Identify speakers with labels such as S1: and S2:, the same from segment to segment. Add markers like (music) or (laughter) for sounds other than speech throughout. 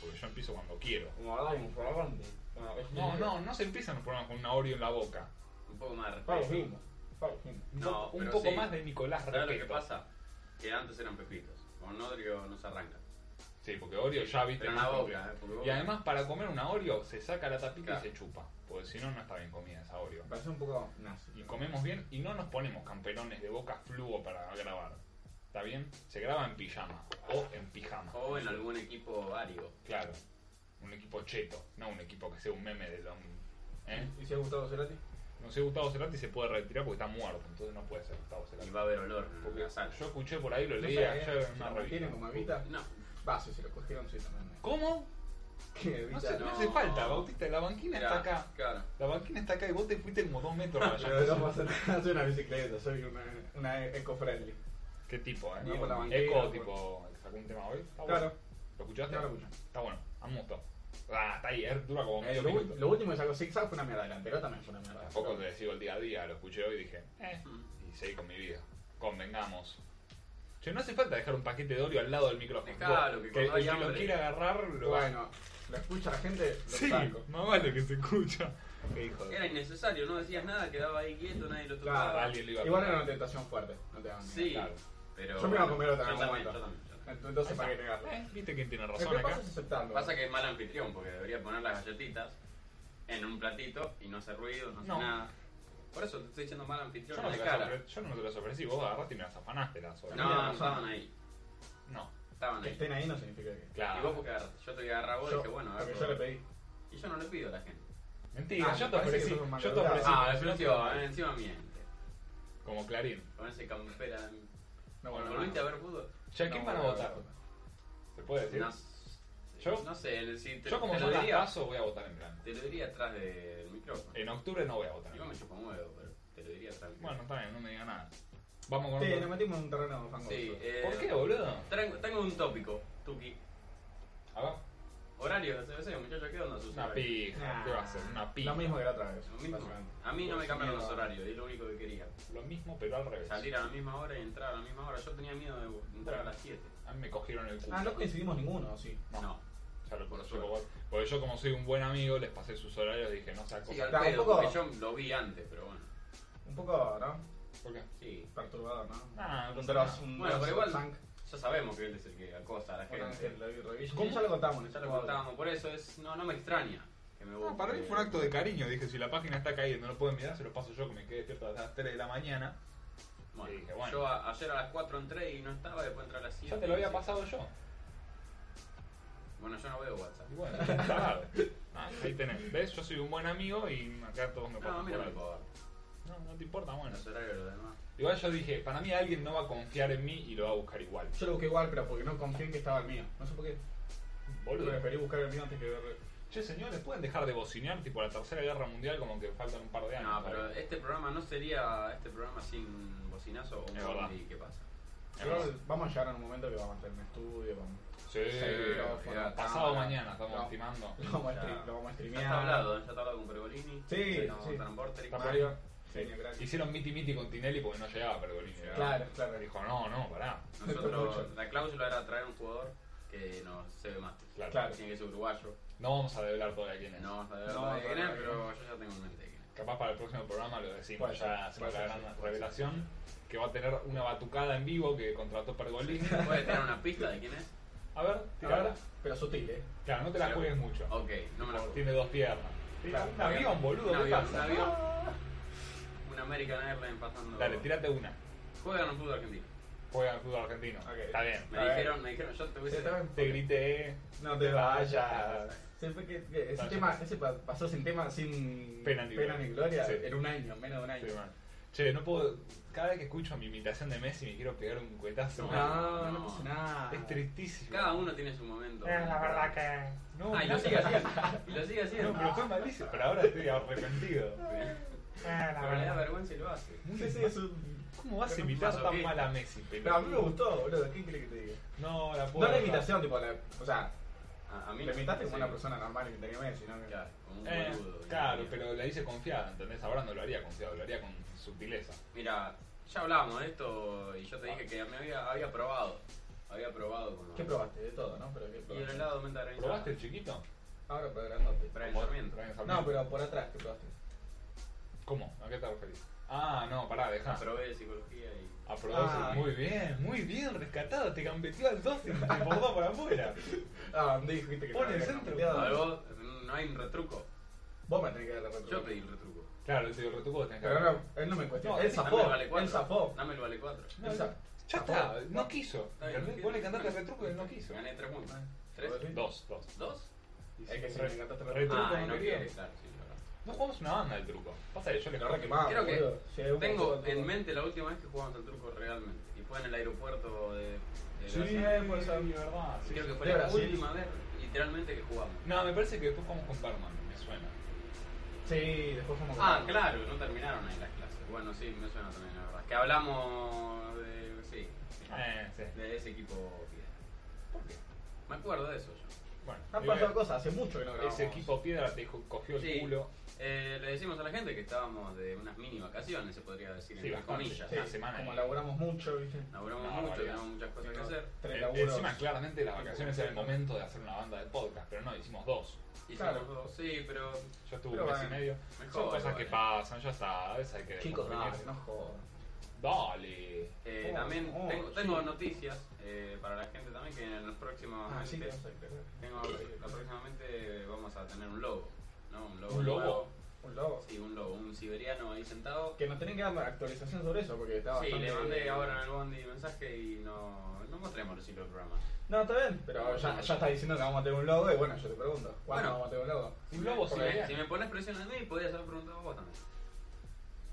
S1: Porque yo empiezo cuando quiero.
S2: Como ahora hay un programa grande. Bueno, es
S1: No,
S2: negro.
S1: no, no se empiezan los programas con una Oreo en la boca.
S3: Un poco más de
S2: Pablo
S3: respeto.
S2: Gil. Pablo Gil.
S3: No,
S1: un
S3: pero
S1: poco
S3: sí.
S1: más de Nicolás
S3: ¿Sabes lo que
S1: Raqueto.
S3: pasa? Que antes eran pepitos. Con Odrio no se arranca.
S1: Sí, porque Oreo ya viste.
S3: Pero en
S1: no
S3: la
S1: se
S3: boca,
S1: come.
S3: eh, porque
S1: Y
S3: boca.
S1: además, para comer una Oreo, se saca la tapita
S3: Claro.
S1: y se chupa. Porque si no, no está bien comida esa Oreo.
S2: Me parece un poco nazi.
S1: Y comemos bien y no nos ponemos camperones de boca fluo para grabar. ¿Está bien? Se graba en pijama o en pijama.
S3: O en algún equipo vario.
S1: Claro. Un equipo cheto, no un equipo que sea un meme de los. ¿Eh?
S2: ¿Y si ha gustado Cerati?
S1: No sé, Gustavo Cerati se puede retirar porque está muerto, entonces no puede ser Gustavo
S3: Y
S1: Cerati.
S3: va a haber olor.
S1: Porque
S3: Porque sal.
S1: yo escuché por ahí, lo
S2: No
S1: leí
S2: sé,
S1: ayer
S2: ¿Se
S1: en una
S2: lo mantienen como
S1: revista.
S2: Evita?
S3: No.
S2: Va, si se lo cogieron, sí, también. (laughs)
S1: ¿Cómo?
S2: Que
S1: No,
S2: Evita
S1: hace-
S2: no.
S1: no hace
S3: no.
S1: falta, Bautista, la banquina
S3: Mirá,
S1: está acá.
S3: Claro.
S1: La banquina está acá y vos te fuiste como dos metros para allá.
S2: Pero (laughs) no pasa nada, soy una bicicleta, soy una, una eco-friendly.
S1: ¿Qué tipo, eh?
S2: No, por la banquina,
S1: Eco,
S2: por-
S1: tipo, sacó un tema hoy. Está
S2: Claro.
S1: bueno. ¿Lo escuchaste?
S2: No lo escuché.
S1: Está bueno, a mí me gustó. Ah, está ahí, eh, dura como
S2: Eh,
S1: medio
S2: lo,
S1: minuto.
S2: ul- lo último que sacó Zig Zag fue una mierda, el anterior también fue una mierda.
S1: Tampoco te sigo el día a día, lo escuché hoy y dije, eh, y seguí con mi vida. Convengamos. Che, no hace falta dejar un paquete de Oreo al lado del micrófono.
S3: Dejalo,
S1: Vos,
S3: que
S1: que el
S3: cuando hay
S1: que lo
S3: hambre.
S1: quiera agarrar, lo
S2: Bueno, lo escucha la gente, lo
S1: Sí,
S2: saco.
S1: más vale que se escucha. Qué hijo de...
S3: Era innecesario, no decías nada, quedaba ahí quieto, nadie lo tocaba.
S2: Claro,
S1: alguien le iba a
S2: Igual
S1: pegar.
S2: era una tentación fuerte, no te hagan
S3: Sí,
S1: Claro.
S3: pero.
S2: Yo me iba a comer otra en
S3: Yo
S2: algún
S3: también,
S2: momento.
S3: yo también, yo también.
S2: Entonces, ¿para qué negarlo?
S1: Eh, ¿Viste quién tiene
S2: Lo
S1: razón
S2: que
S1: acá?
S2: pasa es aceptarlo.
S3: Pasa que es mal anfitrión porque debería poner las galletitas en un platito y no hacer ruido, no hacer
S1: No.
S3: nada. Por eso te estoy diciendo mal anfitrión
S1: Yo
S3: en
S1: no,
S3: la
S1: te las
S3: cara.
S1: ofre- yo no te las ofrecí, vos agarraste y me las afanaste las Oreo.
S3: No,
S2: Tenía
S3: no,
S2: razón.
S3: estaban ahí,
S1: No,
S3: estaban
S2: Que
S3: ahí.
S2: estén ahí no significa que...
S1: claro.
S3: Y vos porque agarraste, yo te agarraba vos y dije, bueno, a ver.
S2: porque yo le
S3: probá.
S2: pedí.
S3: Y yo no le pido a la gente.
S1: Mentira,
S2: Ah,
S1: yo
S2: me
S1: te
S2: parece que
S1: ofrecí.
S2: sos
S1: Yo
S2: un
S1: te
S2: malogrado.
S1: ofrecí.
S3: Ah, pero
S1: eh.
S3: encima, encima miente.
S1: Como Clarín.
S3: Con ese campera.
S2: No,
S3: Bueno,
S2: bueno,
S3: ¿Volviste
S2: no.
S3: a ver fútbol?
S1: Che, ¿quién
S2: No,
S1: van a
S2: no,
S1: votar?
S2: no.
S1: ¿Se puede decir?
S3: No,
S1: Yo-
S3: no sé, el- si te,
S1: Yo como
S3: te
S1: yo
S3: lo
S1: las
S3: diría,
S1: paso voy a votar en blanco.
S3: te lo diría atrás del micrófono.
S1: En octubre no voy a votar. en
S3: Igual me
S1: blanco.
S3: chupo un huevo, pero te lo diría atrás del
S1: Eh. Bueno,
S3: micrófono.
S1: está bien, no me diga nada. Vamos con
S2: Sí,
S1: otro.
S2: nos metimos en un terreno fangoso.
S3: sí, eh,
S1: ¿Por qué, boludo?
S3: Tengo, tengo un tópico, Tuki.
S1: A ver.
S3: Horarios de CBC, muchachos, ¿qué onda sus
S1: Una
S3: horarios?
S1: pija. ¿Qué va a ser? Una pija.
S2: Lo mismo que la otra vez.
S3: Lo mismo.
S2: básicamente.
S3: A mí no me
S2: Pues,
S3: cambiaron los
S2: mierda.
S3: horarios, es lo único que quería.
S1: Lo mismo, pero al revés.
S3: Salir a la misma hora y entrar a la misma hora. Yo tenía miedo de entrar a las 7.
S1: A mí me cogieron el culo.
S2: Ah, no coincidimos ninguno, sí.
S3: No.
S1: Ya lo
S3: Por
S1: yo
S3: suerte.
S1: como- Porque yo, como soy un buen amigo, les pasé sus horarios y dije, no sea
S3: Sí,
S1: cosa.
S3: al
S2: Claro,
S3: pedo,
S2: un poco-
S3: porque yo lo vi antes, pero bueno.
S2: Un poco, ¿no?
S1: ¿Por qué?
S3: Sí.
S2: Perturbador, ¿no?
S1: Ah, no
S2: un
S1: pasa
S2: dros,
S1: nada.
S2: un
S3: Bueno,
S2: dros,
S3: pero igual- eh,
S2: zank,
S3: Ya sabemos que él es el que acosa a la
S2: un ángel,
S3: gente.
S2: lo vi, revillo.
S1: ¿Cómo?
S2: Sí, Ya lo contamos,
S3: Ya lo contábamos, por eso es. No, no me extraña que me
S1: No, para mí fue un acto de cariño. Dije, si la página está cayendo, no lo pueden mirar, se lo paso yo que me quedé despierto a las 3 de la mañana.
S3: Bueno,
S1: Y dije, bueno.
S3: Yo a- ayer a las 4 entré y no estaba, después entré a las 7.
S1: Ya te lo había pasado yo.
S3: Bueno, yo no veo WhatsApp.
S1: Y bueno, ya está. Ah, ahí tenés. ¿Ves? Yo soy un buen amigo y acá todos me
S3: No, a
S1: pasan
S3: mí
S1: por
S3: no me
S1: alto.
S3: puedo ver.
S1: No, no te importa, bueno.
S3: Los horarios de los demás.
S1: Igual yo dije, para mí alguien no va a confiar en mí y lo va a buscar igual.
S2: Yo lo busqué igual, pero porque no confié en que estaba el mío. No sé por qué.
S1: Boludo.
S2: Preferí buscar el mío antes que ver.
S1: Che, señores, ¿pueden dejar de bocinear tipo la tercera guerra mundial como que faltan un par de años?
S3: No, pero
S1: ¿sabes?
S3: este programa no sería este programa sin bocinazo o un
S1: Es verdad.
S3: zombie que pasa.
S2: Pero vamos a llegar a un momento que vamos a tener un estudio, vamos,
S1: Sí,
S2: micrófono,
S1: ya, Eh, pasado
S3: cámara.
S1: mañana estamos
S2: No.
S1: estimando.
S2: lo vamos a,
S3: Ya.
S2: stream- lo vamos a
S3: Ya
S2: streamear.
S3: está hablado, ¿eh? ya está hablado con Pergolini.
S2: Sí, sí.
S3: Vamos a votar en Vorterix.
S1: Está
S2: Mario,
S1: mal.
S2: genio, crack.
S1: Hicieron miti miti con Tinelli porque no llegaba Pergolini. ¿verdad?
S2: Claro, claro.
S1: Dijo, no, no, pará.
S3: Nosotros, la cláusula era traer un jugador que nos se ve más.
S1: Claro.
S2: Claro.
S3: Tiene que ser uruguayo.
S1: No vamos a develar todavía quién es.
S3: No vamos a ver
S2: No,
S3: todavía quién es,
S2: todavía
S3: pero yo ya tengo en mente quién es.
S1: Capaz para el próximo programa lo decimos,
S2: Puede ser,
S1: ya hacemos la
S2: puede ser,
S1: gran
S2: sí, puede
S1: revelación. Que va a tener una batucada en vivo que contrató Pergolini.
S3: ¿Puede tener una pista de quién es?
S1: A ver, tirala.
S2: Pero sutil, ¿eh?
S1: Claro, no te la
S3: Pero-
S1: juegues mucho.
S3: Ok, no me la
S1: Tiene dos piernas.
S2: Claro,
S1: un avión, boludo,
S3: Un
S1: ¿qué
S3: avión,
S1: pasa?
S3: un avión. Un American Airlines pasando.
S1: Dale, tírate una.
S3: Juegan un fútbol argentino.
S1: Juega al fútbol argentino.
S2: Ok.
S1: Está bien.
S3: Me
S2: A ver.
S3: dijeron, me dijeron, yo te
S2: Sí,
S3: hubiese.
S2: está bien.
S1: Te grité. eh.
S2: No te vayas. Siempre que, que ese
S1: Vaya.
S2: tema, ese pa- pasó sin tema, sin
S1: Pena ni gloria.
S2: gloria,
S1: Sí.
S2: en un año, menos de un año.
S1: Sí, man. Che, no puedo. Cada vez que escucho mi imitación de Messi me quiero pegar un cuetazo.
S3: No,
S2: No, no
S3: no.
S2: pasa nada.
S1: Es tristísimo.
S3: Cada uno tiene su momento.
S2: Eh, la verdad que.
S1: No,
S3: Ah, y
S1: no,
S3: lo sigue haciendo. Y lo sigue haciendo. Ah,
S1: No, pero fue malísimo. Pero ahora estoy arrepentido.
S2: Eh, la
S3: Pero le da
S2: verdad.
S3: vergüenza y lo hace.
S2: Sí, sí, es un.
S1: ¿Cómo vas a imitar
S3: Masoquista.
S1: tan mal a Messi?
S2: Pero
S1: pelotudo?
S2: a mí me gustó, boludo. ¿Qué crees que te diga?
S1: No, la puedo.
S2: No la
S1: dejar.
S2: imitación, tipo, la, o sea,
S3: A, a mí
S2: la
S3: no.
S2: imitaste como
S3: Sí.
S2: una persona normal imitaría a Messi, ¿no?
S3: Claro, como un
S1: Eh,
S3: boludo.
S1: claro, pero la hice confiada, ¿entendés? Ahora no lo haría confiado, lo haría con sutileza.
S3: Mira, ya hablábamos de esto y yo te dije que me había, había probado. Había probado con
S2: ¿Qué probaste? De todo, ¿no? Pero ¿qué
S3: Y el
S2: probaste?
S3: helado de menta granizada.
S1: ¿Probaste el chiquito?
S2: Ahora pero grandote.
S3: Brian
S1: ¿Cómo?
S3: Sarmiento.
S1: Brian Sarmiento.
S2: No, pero por atrás, ¿qué probaste?
S1: ¿Cómo? ¿A qué te referís? Ah, no, pará, dejá.
S3: Probé de psicología y.
S1: Aprobados.
S2: Ah.
S1: Muy bien, muy bien, rescatado. Te gambeteó al 12 y te bordó para afuera.
S2: Ah, me dijiste que
S1: Pon el
S2: había
S1: centro.
S2: cambiado.
S3: A ver, vos, no hay un retruco.
S2: Vos me tenés que dar la cuenta.
S3: Yo pedí el retruco.
S1: Claro, te digo, retuvo, tenés que
S2: Pero no, él no me cuestiona.
S1: No,
S2: él
S1: dame
S2: zafó,
S3: Dame el vale
S2: él
S3: 4.
S2: zafó.
S3: Dame el vale 4.
S1: No,
S2: Él zafó.
S1: Ya está, no quiso.
S3: Está bien,
S1: ¿Entendés?
S3: no
S1: Vos le
S3: quiso.
S1: cantaste el retruco y no quiso. Ah.
S3: Gané 3 puntos.
S2: ¿Tres?
S3: 3,
S1: Dos, dos.
S3: 2.
S2: Es que si me encantaste la
S1: Retruco
S3: Ah,
S1: no
S3: no
S1: quería.
S3: quiere, claro, sí, la verdad.
S1: No jugamos una banda de truco. Pasa que yo le
S2: La verdad que
S1: más.
S2: más,
S3: Creo que
S2: boludo. Llegué un poco
S3: Tengo
S2: al
S3: en
S2: truco.
S3: mente la última vez que jugamos al truco realmente. Y fue en el aeropuerto de. de
S1: Sí,
S3: Brasil.
S1: por esa verdad. sí,
S3: Creo
S1: sí.
S3: que fue
S2: De
S3: la
S2: Brasil.
S3: última vez literalmente que jugamos.
S1: No, me parece que después jugamos con Perman, me suena.
S2: Sí, después fuimos con-
S3: Ah, claro, no terminaron ahí las clases. Bueno, sí, me suena también, la verdad. Que hablamos de. Sí,
S1: Eh, sí.
S3: de ese equipo. piedra.
S1: ¿Por qué?
S3: Me acuerdo de eso yo.
S1: Bueno,
S2: Han
S1: digo,
S2: pasado cosas, hace mucho que no grabamos.
S1: Ese equipo piedra te jo- cogió el
S3: Sí.
S1: culo.
S3: Eh, le decimos a la gente que estábamos de unas mini vacaciones, se podría decir,
S1: Sí,
S3: entre
S1: bastante.
S3: comillas.
S2: Sí, Ah,
S1: una semana
S2: como
S1: y-
S2: laburamos mucho, ¿viste?
S3: Laburamos
S1: No,
S3: mucho,
S1: vale.
S3: tenemos muchas cosas que hacer.
S2: Tres
S1: Eh,
S2: laburos.
S1: encima, claramente, las vacaciones era el momento de hacer una banda de podcast, pero no, hicimos dos.
S3: Hicimos
S2: Claro.
S3: dos, sí, pero
S1: Yo estuve
S2: Pero
S1: un mes
S2: bueno,
S1: y medio.
S3: mejor,
S1: Son cosas
S3: bueno.
S1: que pasan, ya sabes, hay que
S2: Chicos, dale,
S1: descomprimirse.
S2: no jodas.
S1: Dale.
S3: eh,
S2: Oh,
S3: también
S2: oh,
S3: tengo,
S2: sí.
S3: tengo noticias eh, para la gente también que en los próximos
S2: Ah, sí, te vas a creer.
S3: tengo, próximamente vamos a tener un lobo, ¿no? Un lobo.
S1: ¿Un lobo?
S3: nuevo.
S2: Un lobo.
S3: Sí, un lobo, un siberiano ahí sentado.
S2: Que nos tienen que dar actualización sobre eso, porque estaba
S3: Sí,
S2: bastante...
S3: le mandé ahora en el bondi mensaje y no, no mostremos los hilos del programa.
S2: No, está bien, pero ya, ya estás diciendo que vamos a tener un logo y bueno, yo te pregunto, ¿cuándo
S3: Ah, Bueno.
S2: vamos a tener un logo?
S1: Un lobo
S3: si, me,
S1: siberiano.
S3: si me pones presión a mí, podrías haber preguntado vos también.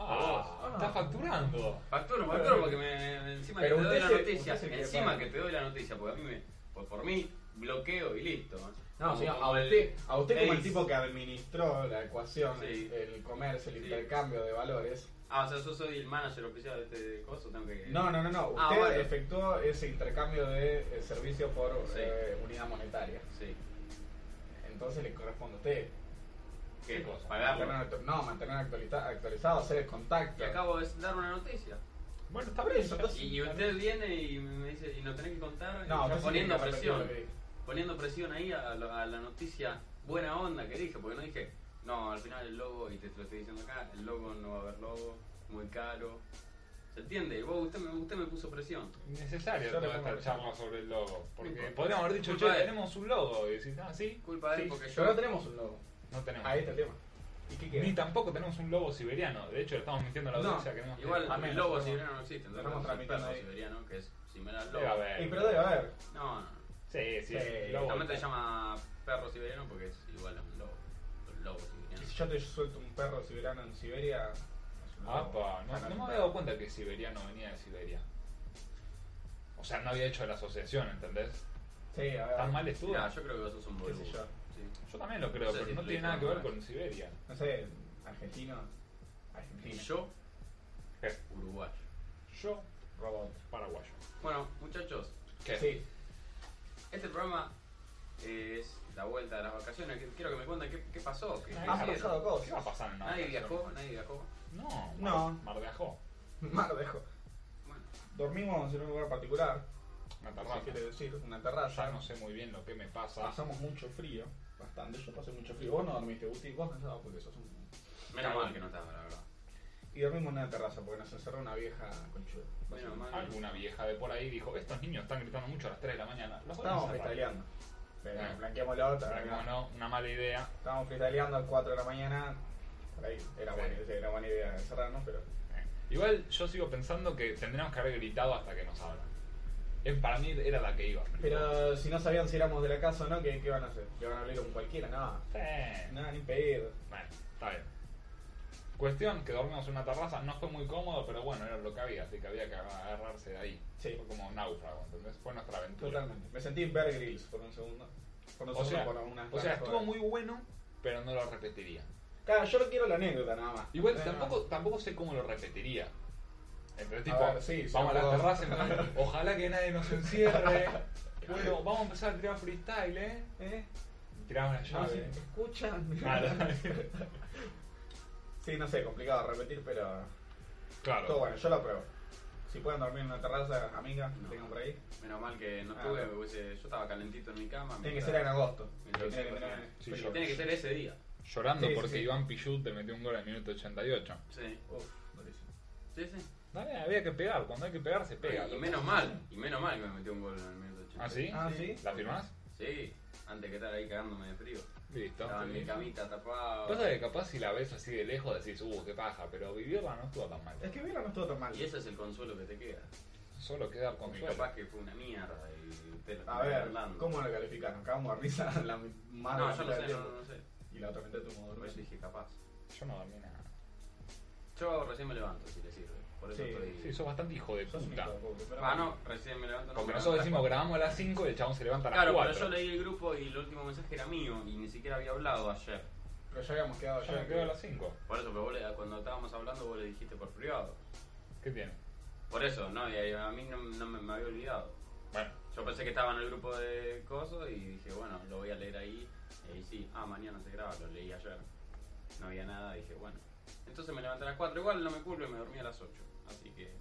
S1: Ah,
S2: Ah.
S1: está facturando.
S3: Facturo,
S2: Pero-
S3: facturo, porque me, me- encima que
S2: pero
S3: te doy
S2: usted
S3: la
S2: se-
S3: noticia.
S2: usted se
S3: encima
S2: prepara.
S3: que te doy la noticia, porque a mí me. Por, por mí, bloqueo y listo. ¿eh?
S2: No,
S3: Como-
S2: sí, a
S3: como el-
S2: usted, a usted como el
S3: Ace.
S2: tipo que administró la ecuación,
S3: Sí.
S2: el comercio, el
S3: Sí.
S2: intercambio de valores.
S3: Ah, o sea, yo soy el manager oficial de este coso, tengo que.
S2: No, no, no, no. Usted
S3: Ah, bueno.
S2: efectuó ese intercambio de eh, servicio por
S3: Sí.
S2: eh, unidad monetaria.
S3: Sí.
S2: Entonces le corresponde a usted
S3: ¿Qué
S1: ¿Qué cosa?
S2: mantener,
S1: Ah,
S3: Pagarlo.
S2: actu- no, mantener actualiza- actualizado, hacer el
S3: Y
S2: contacto.
S3: acabo de dar una noticia.
S1: Bueno, está bien.
S2: Eso, entonces-
S3: Y, y usted viene y me dice, y nos tenés que contar,
S2: No,
S3: ya
S2: usted sí
S3: poniendo
S2: tiene que
S3: presión.
S2: repetir lo que dijo.
S3: Poniendo presión ahí a, la- a la noticia buena onda que dije, porque no dije, no, al final el logo, y te lo estoy diciendo acá, el logo no va a haber logo, muy caro. ¿Se entiende? Y vos, usted, me, usted me puso presión.
S1: Necesaria
S2: Yo le
S1: toda
S2: pongo
S1: esta
S2: el
S1: charla sobre el logo.
S3: No
S1: Porque
S3: importa.
S1: podríamos haber dicho, che,
S3: Culpa de él.
S1: tenemos un logo. Y decís, ah, sí.
S3: Culpa de él,
S1: sí,
S3: porque yo.
S2: Pero no tenemos un logo.
S1: No tenemos.
S2: Ahí está el tema. ¿Y qué queda?
S1: Ni tampoco tenemos un lobo siberiano. De hecho, le estamos mintiendo a la
S2: No,
S1: audiencia que tenemos.
S3: Igual,
S1: que-
S2: Amén,
S3: el lobo
S2: estamos-
S3: siberiano no existe, entonces
S2: estamos
S3: tenemos el
S2: tramitando
S3: perro
S2: ahí.
S3: siberiano que es similar al
S1: Debe
S3: lobo.
S1: haber.
S2: Y pero debe haber.
S3: No, no.
S1: Eh, Sí, sí.
S2: Sí,
S1: lobo.
S3: Realmente se llama perro siberiano porque es igual a un lobo. Un lobo
S2: Y
S3: siberiano.
S2: si yo te suelto un perro siberiano en Siberia. es un lobo.
S1: Apa, no, no me había dado cuenta que siberiano venía de Siberia. O sea, no había hecho la asociación, ¿entendés?
S2: Sí, a ver.
S1: Tan mal estuvo.
S3: Mira, yo creo que vos sos un
S2: ¿Qué
S3: boludo.
S2: sé yo?
S3: Sí.
S1: Yo también lo creo,
S3: Sí,
S1: pero
S3: sí,
S1: no
S3: sí,
S1: tiene
S3: sí,
S1: nada que ver
S3: sí.
S1: con Siberia.
S2: No sé, argentino. Argentino.
S3: Yo,
S1: Je,
S3: uruguayo.
S1: Yo,
S2: Robot.
S1: paraguayo.
S3: Bueno, muchachos,
S1: ¿Qué?
S2: Sí.
S3: este programa es la vuelta de las vacaciones. Que- Quiero que me cuenten qué, qué pasó. qué-
S1: ¿Qué
S3: qué
S2: Ah,
S1: va a
S2: han
S3: hicieron.
S2: pasado
S1: pasar? ¿Qué va a
S2: cosas.
S1: pasar en la
S3: Nadie
S1: vacación?
S3: viajó, nadie viajó.
S1: No,
S2: No.
S1: Mar de Ajó.
S2: (laughs) Mar dejo.
S3: Bueno,
S2: Dormimos en un lugar particular,
S1: Una
S2: si quiere
S1: terraza.
S2: decir, una
S1: Ya
S2: terraza.
S1: no sé muy bien lo que me pasa.
S2: Pasamos mucho frío, bastante. Yo pasé mucho frío. Vos no dormiste, Guti. Vos pensabas porque sos un.
S3: menos mal que no estaba, la verdad.
S2: Y dormimos en una terraza porque nos encerró una vieja conchuda.
S3: Menos mal.
S1: Alguna vieja de por ahí dijo, estos niños están gritando mucho a las 3 de la mañana. Los voy a
S2: Estábamos
S1: encerrar".
S2: freestyleando. Pero
S1: Ah.
S2: blanqueamos la otra.
S1: Pero como no, una mala idea.
S2: Estábamos freestyleando a las 4 de la mañana. Por ahí era buena, era buena idea encerrarnos, pero.
S1: Eh, Igual yo sigo pensando que tendríamos que haber gritado hasta que nos abran. Es- Para mí era la que iba.
S2: Pero si no sabían si éramos de la casa o no, ¿qué, qué van a hacer? ¿Le van a abrir con cualquiera? No,
S1: Sí.
S2: nada, ni pedir.
S1: Bueno, está bien. Cuestión, que dormimos en una terraza, no fue muy cómodo, pero bueno, era lo que había, así que había que agarrarse de ahí.
S2: Sí.
S1: Fue como un náufrago, ¿entendés? Fue nuestra aventura.
S2: Totalmente. Me sentí en Bear Grylls por un segundo. Por un
S1: O
S2: segundo,
S1: sea,
S2: por unas
S1: o sea,
S2: cuantas
S1: estuvo
S2: horas.
S1: muy bueno, pero no lo repetiría.
S2: Claro, yo quiero la anécdota nada más.
S1: Igual
S2: Nada
S1: tampoco, tampoco sé cómo lo repetiría. Entre tipo,
S2: ver, sí, sí,
S1: vamos a la
S2: algo.
S1: terraza,
S2: (laughs)
S1: ¿no? ojalá que nadie nos encierre. Bueno, vamos a empezar a tirar freestyle, ¿eh?
S2: más. ¿Eh?
S1: Tiramos la
S2: No, si
S1: llave.
S2: me escuchan.
S1: Nada.
S2: Sí, no sé, complicado de repetir, pero.
S1: (laughs)
S2: Todo
S1: claro.
S2: bueno, yo lo pruebo. Si pueden dormir en una terraza, amiga, que
S3: No.
S2: tengan por ahí.
S3: Menos mal que no
S2: Ah.
S3: estuve, porque hubiese- yo estaba calentito en mi cama.
S2: Tiene que
S3: mientras-
S2: ser en agosto.
S3: mientras-
S2: Tiene que tener-
S1: Sí,
S3: Porque
S1: yo-
S3: tiene que ser ese día.
S1: Llorando
S2: Sí, sí,
S1: porque
S2: sí.
S1: Iván Pichut te metió un gol en el minuto 88.
S3: Sí,
S2: Uf, durísimo.
S3: sí, sí.
S1: Dale, eh, había que pegar, cuando hay que pegar se pega.
S3: y menos mal, y menos mal que me metió un gol en el minuto 80.
S1: ¿Ah, sí?
S2: Ah, sí.
S1: ¿La firmás?
S3: Sí, antes que estar ahí cagándome de frío.
S1: Listo.
S3: Estaba en mi camita tapado.
S1: Pasa que capaz si la ves así de lejos decís, uh, qué paja, pero vivirla no estuvo tan mal.
S2: Es que Vila no estuvo tan mal.
S3: Y ese es el consuelo que te queda.
S1: Solo queda con
S3: Porque capaz que fue una mierda y ustedes lo
S2: A ver,
S3: hablando.
S2: ¿cómo lo calificaron? Acabamos de risa (laughs) la mi- más de
S3: No,
S2: la
S3: yo no
S2: mitad
S3: sé,
S2: del
S3: no,
S2: tiempo.
S3: no sé.
S2: Y la otra mitad tuvo
S3: Por eso
S2: dormir.
S3: dije capaz.
S1: Yo no dormí nada.
S3: Yo recién me levanto, si le sirve. Por eso
S2: Sí,
S3: estoy...
S1: Sí, sos bastante hijo de
S2: Sos un
S1: puta.
S2: hijo de puta, pero
S3: Ah,
S2: bueno.
S3: no, recién me levanto. No,
S1: Porque
S3: me
S1: nosotros
S3: levanto.
S1: decimos grabamos a las 5 y el chabón se levanta a las
S3: Claro,
S1: 4.
S3: pero yo leí el grupo y el último mensaje era mío y ni siquiera había hablado ayer.
S2: Pero ya habíamos quedado
S1: Yo me
S2: ya.
S1: quedo a las 5.
S3: Por eso, pero vos le- cuando estábamos hablando vos le dijiste por privado.
S1: ¿Qué tiene?
S3: Por eso, no, y a mí no, no me, me había olvidado.
S1: Bueno,
S3: Yo pensé que estaba en el grupo de coso y dije, bueno, lo voy a leer ahí. Y ahí sí, ah, mañana se graba, lo leí ayer. No había nada, dije, bueno. Entonces me levanté a las 4, igual no me culpo y me dormí a las 8. Así que,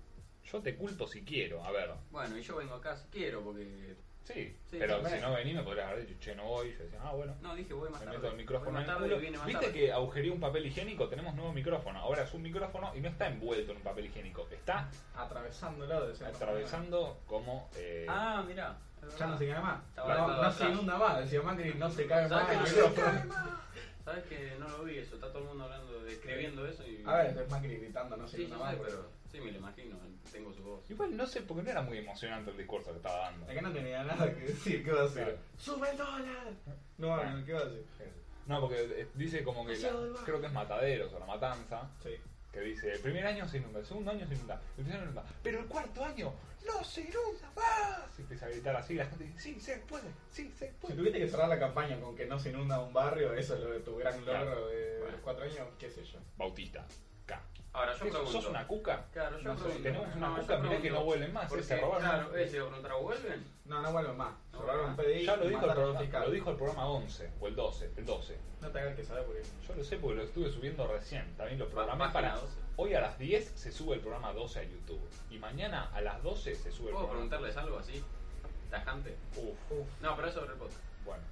S1: yo te culpo si quiero, a ver.
S3: bueno, y yo vengo acá si quiero, porque.
S1: Sí,
S3: Sí,
S1: pero
S2: sí,
S1: si
S2: bueno.
S1: no venís me podrías haber dicho, che, no voy. Yo decía, ah, bueno.
S3: No, dije, voy más
S1: Me
S3: tarde.
S1: meto el
S3: Voy
S1: micrófono
S3: más
S1: en el
S3: tarde
S1: culo.
S3: y viene más
S1: ¿Viste
S3: tarde.
S1: que agujería un papel higiénico? Tenemos nuevo micrófono. Ahora es un micrófono y no está envuelto en un papel higiénico. Está
S2: Atravesándolo de cierta
S1: atravesando como... eh,
S3: Ah, mirá.
S2: manera.
S3: es verdad.
S2: Ya no se cae más.
S3: Estaba
S2: No,
S3: todo
S2: no se
S3: atrás.
S2: inunda más. Decía Macri, no se cae más.
S3: ¿Sabes
S2: (laughs)
S3: que
S2: el
S3: no se
S2: micrófono.
S3: Sabes que no lo vi eso, está todo el mundo hablando, describiendo eso y.
S2: A ver, es Macri gritando, no se
S3: sí, yo
S2: inunda más.
S3: sé, pero. Sí, me lo imagino, tengo su voz.
S1: Igual no sé, porque no era muy emocionante el discurso que estaba dando.
S2: Acá no tenía nada que decir, ¿qué va a hacer?
S1: Claro.
S2: ¡Sube el dólar! No, no, ¿qué va a hacer?
S1: No, porque eh, dice como que... la- creo que es Mataderos o La Matanza.
S2: Sí.
S1: Que dice, el primer año se inunda, el segundo año se inunda, el tercer año se inunda, pero el cuarto año no se inunda más. Se empieza a gritar así, la gente dice, sí, se puede, sí, se
S2: Si
S1: puede.
S2: tuviste que cerrar la campaña con que no se inunda un barrio, eso es lo de tu gran logro
S1: Claro.
S2: de los cuatro años, qué sé yo.
S1: Bautista, K.
S3: Ahora, yo
S1: ¿Qué sos-
S3: pregunto.
S1: ¿Sos una cuca?
S3: Claro, yo
S2: No sé,
S3: pregunto.
S1: tenemos una
S3: yo
S1: cuca, mirá
S3: pregunto,
S1: que no vuelven más,
S3: porque,
S1: eh, se robaron.
S3: Claro, eh, se preguntaron, ¿vuelven?
S2: No, no vuelven más.
S3: No
S2: Cerraron
S3: vuelven
S2: un
S3: más.
S2: PDI.
S1: Ya lo dijo, el
S2: mataron a un
S1: programa,
S2: fiscal.
S1: lo dijo el programa 11, o el 12, el 12.
S2: No te hagas que sabe porque.
S1: Yo lo sé porque lo estuve subiendo recién. También lo programé
S3: Página
S1: para.
S3: 12.
S1: Hoy a las 10 se sube el programa 12 a YouTube. Y mañana a las 12 se sube el
S2: Oh,
S3: ¿Puedo
S1: programa.
S3: preguntarles algo así? Tajante.
S1: Uf,
S2: Uf,
S3: No, pero es sobre el podcast.
S1: bueno,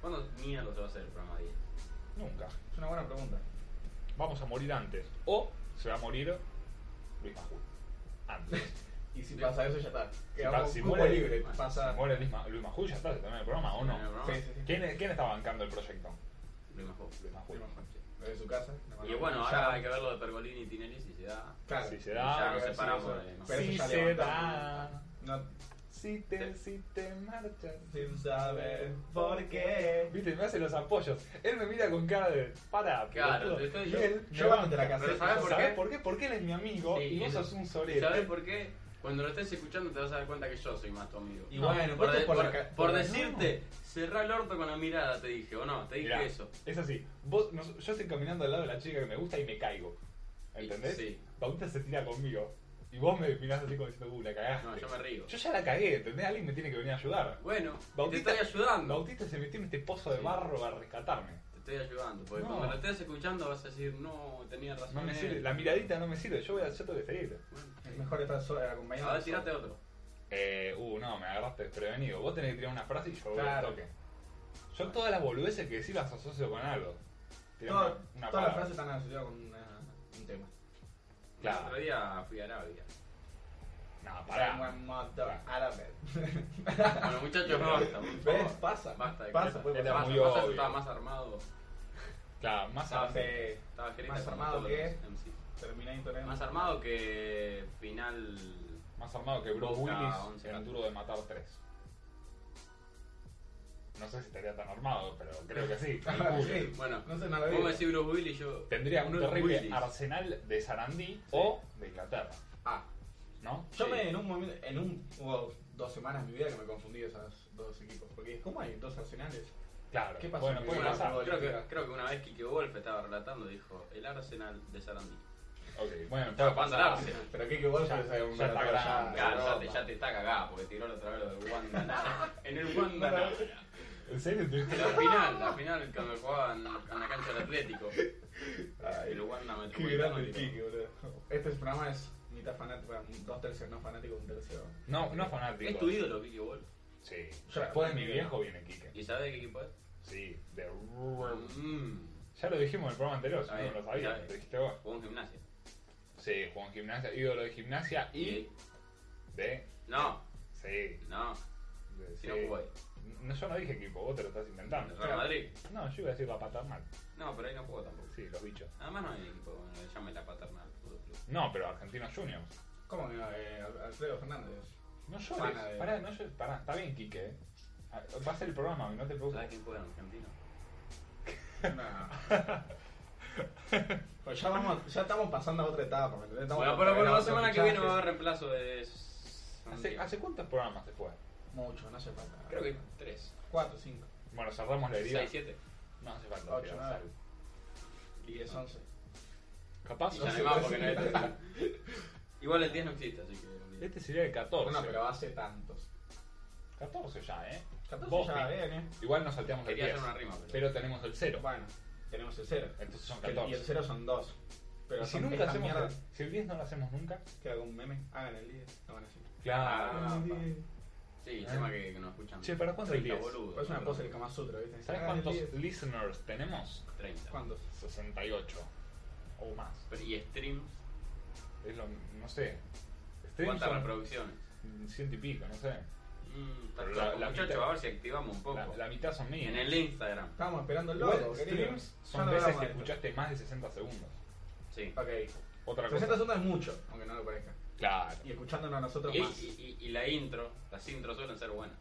S3: ¿Cuándo mierda se va a hacer el programa 10?
S1: nunca.
S2: es una buena pregunta.
S1: Vamos a morir antes. O se va a morir Luis Majul. Antes.
S2: (laughs) Y si
S3: Sí.
S2: pasa eso, ya
S1: pa-
S2: está. Quedamos
S1: si
S2: un cupo
S1: muere-
S2: libre.
S3: si
S2: Pasa.
S1: Si muere Luis, Ma- Luis Majul, ya está, se termina el programa, ¿o
S3: ¿En el
S1: no?
S3: programa?
S2: Sí, sí, sí.
S1: ¿Quién, es- quién está bancando el proyecto?
S3: Lo mejor.
S1: Luis Majul.
S2: Lo de su casa. no
S3: Y bueno,
S2: ya-
S3: ahora hay que ver lo de Pergolini y Tinelli si se da.
S2: Claro.
S1: Si se
S3: ya
S1: da.
S3: nos
S2: sí,
S3: separamos.
S2: sí,
S3: de- no
S2: Pero
S3: sé.
S2: eso
S1: Si
S2: ya
S1: se
S2: levantamos.
S1: da.
S2: No,
S1: Si te, si te marchas.
S2: sin saber por qué.
S1: Viste, me hace los apoyos. Él me mira con cara de. Para, pelotudo".
S3: Claro, te estoy
S2: Yo,
S3: diciendo.
S2: yo cuando la
S3: Pero
S2: casé.
S3: ¿sabes por
S1: ¿Sabés
S3: qué?
S1: por qué? Porque él es mi amigo
S3: Sí,
S1: y vos
S3: eso.
S1: sos un
S3: ¿Y
S1: sorete.
S3: sabes por qué? Cuando lo estés escuchando te vas a dar cuenta que yo soy más tu amigo.
S2: Y bueno,
S3: por,
S2: vos
S3: de-
S2: por la
S3: por-
S2: ca-
S3: por
S2: por la-
S3: decirte, cerrá el orto con la mirada, te dije, o no, te dije
S1: Mirá,
S3: eso.
S1: Es así. Vos, nos- yo estoy caminando al lado de la chica que me gusta y me caigo. ¿Entendés?
S3: Sí.
S1: Bautista se tira conmigo. Y vos me mirás así como diciendo, uh, la cagaste.
S3: No, yo me río.
S1: Yo ya la cagué, ¿entendés? Alguien me tiene que venir a ayudar.
S3: Bueno,
S1: Bautista-
S3: te estoy ayudando.
S1: Bautista se metió en este pozo de
S3: Sí.
S1: barro para rescatarme.
S3: Te estoy ayudando, porque
S1: No.
S3: cuando lo estés escuchando vas a decir, no, tenía razón.
S1: No me
S3: él".
S1: sirve, la miradita no me sirve, yo voy a, yo tengo que seguir.
S3: Bueno.
S2: Es mejor estar sola, acompañada.
S3: A ver, tirate otro.
S1: Eh, uh, no, me agarraste desprevenido. Vos tenés que tirar una frase y yo voy
S2: Claro.
S1: al toque. Yo todas las boludeces que decís las asocio con algo. Tirá
S2: Todas
S1: una- una
S2: todas las
S1: palabra.
S2: frases están asociadas con una- un tema.
S1: Claro.
S3: El otro día fui a Arabia.
S1: No,
S2: Someone
S1: pará.
S2: mocked up Arabel.
S3: Bueno, muchachos, basta. por favor.
S2: ¿Ves? Pasa.
S3: Basta, de
S2: Pasa,
S3: cosas.
S2: puede
S3: Era
S1: pasar.
S3: muy pasa, yo
S1: obvio.
S3: estaba más armado.
S1: Claro, más
S2: Estaba
S1: adelante.
S2: fe-
S3: Estaba jereta
S2: Más
S3: como
S2: armado
S3: todos
S2: que-
S3: los MC.
S2: Terminator ¿eh? en-
S3: Más armado que final.
S2: Ah,
S1: Más armado que Bruce
S3: Boca,
S1: Willis
S3: once
S1: en el
S3: gatos.
S1: duro de matar 3. No sé si estaría tan armado, pero creo que
S2: (laughs)
S1: sí.
S2: (laughs) Ah,
S1: calculo.
S2: sí.
S3: Bueno,
S2: no sé, no lo
S3: Vos me
S2: vi.
S3: decís Bruce Willis, yo.
S1: Tendría un
S3: Bruce
S1: terrible
S3: Willis.
S1: arsenal de Sarandí o de Inglaterra,
S2: Ah,
S1: ¿no?
S2: yo
S3: Sí.
S2: me en un momento, en un, hubo dos semanas de mi vida que me confundí de esos dos equipos. Porque dije, ¿cómo hay dos arsenales?
S1: Claro.
S2: ¿Qué pasó?
S1: Bueno, puede
S2: Bueno,
S1: pasar.
S2: fútbol.
S3: Creo que, creo que una vez Kike Wolf estaba relatando, dijo: El Arsenal de Sarandí.
S1: Ok, bueno,
S3: Estaba jugando al
S1: pasar.
S3: Arsenal.
S2: Pero qué que vos
S1: Ya-
S2: ya sabés un
S1: ya está
S2: relator
S1: grande,
S2: de
S3: Claro, ya
S2: Europa.
S3: te, ya te está cagado porque tiró la otra vez lo del Wanda Nara. En el Wanda Nara.
S1: ¿En serio? ¿Tuviste
S2: (laughs)
S3: La final, la final cuando jugaban en la cancha del Atlético.
S2: Ay,
S3: El Wanda
S2: Qué
S3: Metropolitano.
S2: grande el
S3: tiró.
S2: Kiki, boludo. Este programa es mitad fanático, bueno, dos tercios no fanático, un tercio.
S1: No, no fanático.
S3: ¿Es tu ídolo Kike Wolf?
S1: Sí.
S2: Ya,
S1: Después de
S2: mi
S1: mi
S2: ídolo.
S1: viejo viene Kike.
S3: ¿Y sabes de qué equipo es?
S1: Sí, de...
S3: Mm,
S1: Ya lo dijimos en el programa anterior, yo
S3: Está
S1: no
S3: bien,
S1: lo sabía.
S3: está bien.
S1: Lo dijiste vos.
S3: jugó en gimnasia.
S1: Sí, jugó en gimnasia, ídolo de gimnasia y de...
S3: No,
S1: Sí. de-
S3: no, si no
S1: sí.
S3: jugó ahí.
S1: No, yo no dije equipo, vos te lo estás
S3: El
S1: inventando.
S3: Real Madrid.
S1: No, yo iba a decir la paternal.
S3: No, pero ahí no jugó tampoco.
S1: Sí, los bichos.
S3: Además no hay equipo, bueno, le llame la paternal Fútbol Club.
S1: No, pero Argentinos Juniors.
S2: ¿Cómo que no? Eh, Al- Alfredo Fernández.
S1: No
S2: Pana
S3: eh.
S1: llores.
S2: de-
S1: Pará, no llores. Pará, está bien, Quique. eh. Ah, Va a ser el programa, que no te
S3: ¿Sabes
S1: preocupes.
S3: quién juega en Argentina? (laughs)
S2: No. Pues ya, vamos, ya estamos pasando a otra etapa. ¿me entendés? Estamos
S3: Bueno, pero bueno, la
S2: otros
S3: semana que viene va a haber
S2: fichajes.
S3: reemplazo de...
S1: ¿Hace,
S3: Santiago.
S1: hace cuántos programas se fue?
S2: Mucho, no hace falta.
S3: Creo que tres.
S2: 4, 5,
S1: Bueno, cerramos la herida.
S3: Seis, siete.
S1: No hace falta.
S2: Ocho,
S1: tirar
S2: nada.
S1: sal.
S2: 10, 11.
S1: Capaz.
S3: Y ya no
S1: no
S3: hay
S1: sé,
S3: más porque no hay tercera.
S1: (laughs)
S3: Igual el 10 no existe, así que... olvídate.
S1: Este sería el 14.
S2: Bueno, pero hace tantos.
S1: 14 ya, ¿eh?
S2: 14
S1: Vos,
S2: ya
S1: Pi.
S2: viene.
S1: Igual nos salteamos el
S3: Quería
S1: 10.
S3: hacer una rima, pero...
S1: Pero tenemos el 0.
S2: Bueno, tenemos el 0.
S1: Entonces son
S2: Y el
S1: 14.
S2: 0 son 2. Pero
S1: Y si
S2: son
S1: nunca
S2: esta
S1: hacemos
S2: mierda.
S1: el- si el 10 no lo hacemos nunca.
S2: Que haga un meme. Hagan el 10. No van a decir.
S3: Claro. Ah,
S2: Hagan el
S3: pa.
S2: 10.
S3: Sí, el
S1: Ah.
S3: tema que, que nos escuchan.
S1: Che, ¿para cuánto el
S3: 30
S1: 10?
S3: boludos.
S2: Es una cosa del Kama Sutra, ¿viste?
S1: ¿Sabes
S2: Hagan Ah, el
S1: cuántos
S2: 10.
S1: listeners tenemos?
S3: 30.
S2: ¿Cuántos?
S1: 68. O más.
S3: Pero, ¿Y streams?
S1: Es lo, no sé. Streams
S3: ¿Cuántas
S1: son
S3: reproducciones?
S1: ciento y pico, no sé.
S3: Mm,
S1: Pero
S3: está-
S1: la- la
S3: muchachos,
S1: mitad-
S3: a ver si activamos un poco.
S1: La, la mitad son míos.
S3: En el Instagram.
S2: Estábamos esperando el
S1: Igual,
S2: logo, querido.
S1: streams
S2: Ya
S1: son
S2: lo
S1: veces
S2: hablamos
S1: que
S2: de esto.
S1: escuchaste más de 60 segundos.
S3: Sí.
S2: Ok.
S1: Otra
S2: 60
S1: cosa.
S2: segundos es mucho, aunque no lo parezca.
S1: Claro.
S2: Y escuchándonos a nosotros
S3: Y,
S2: más.
S3: y- y- y la intro, las intros suelen ser buenas.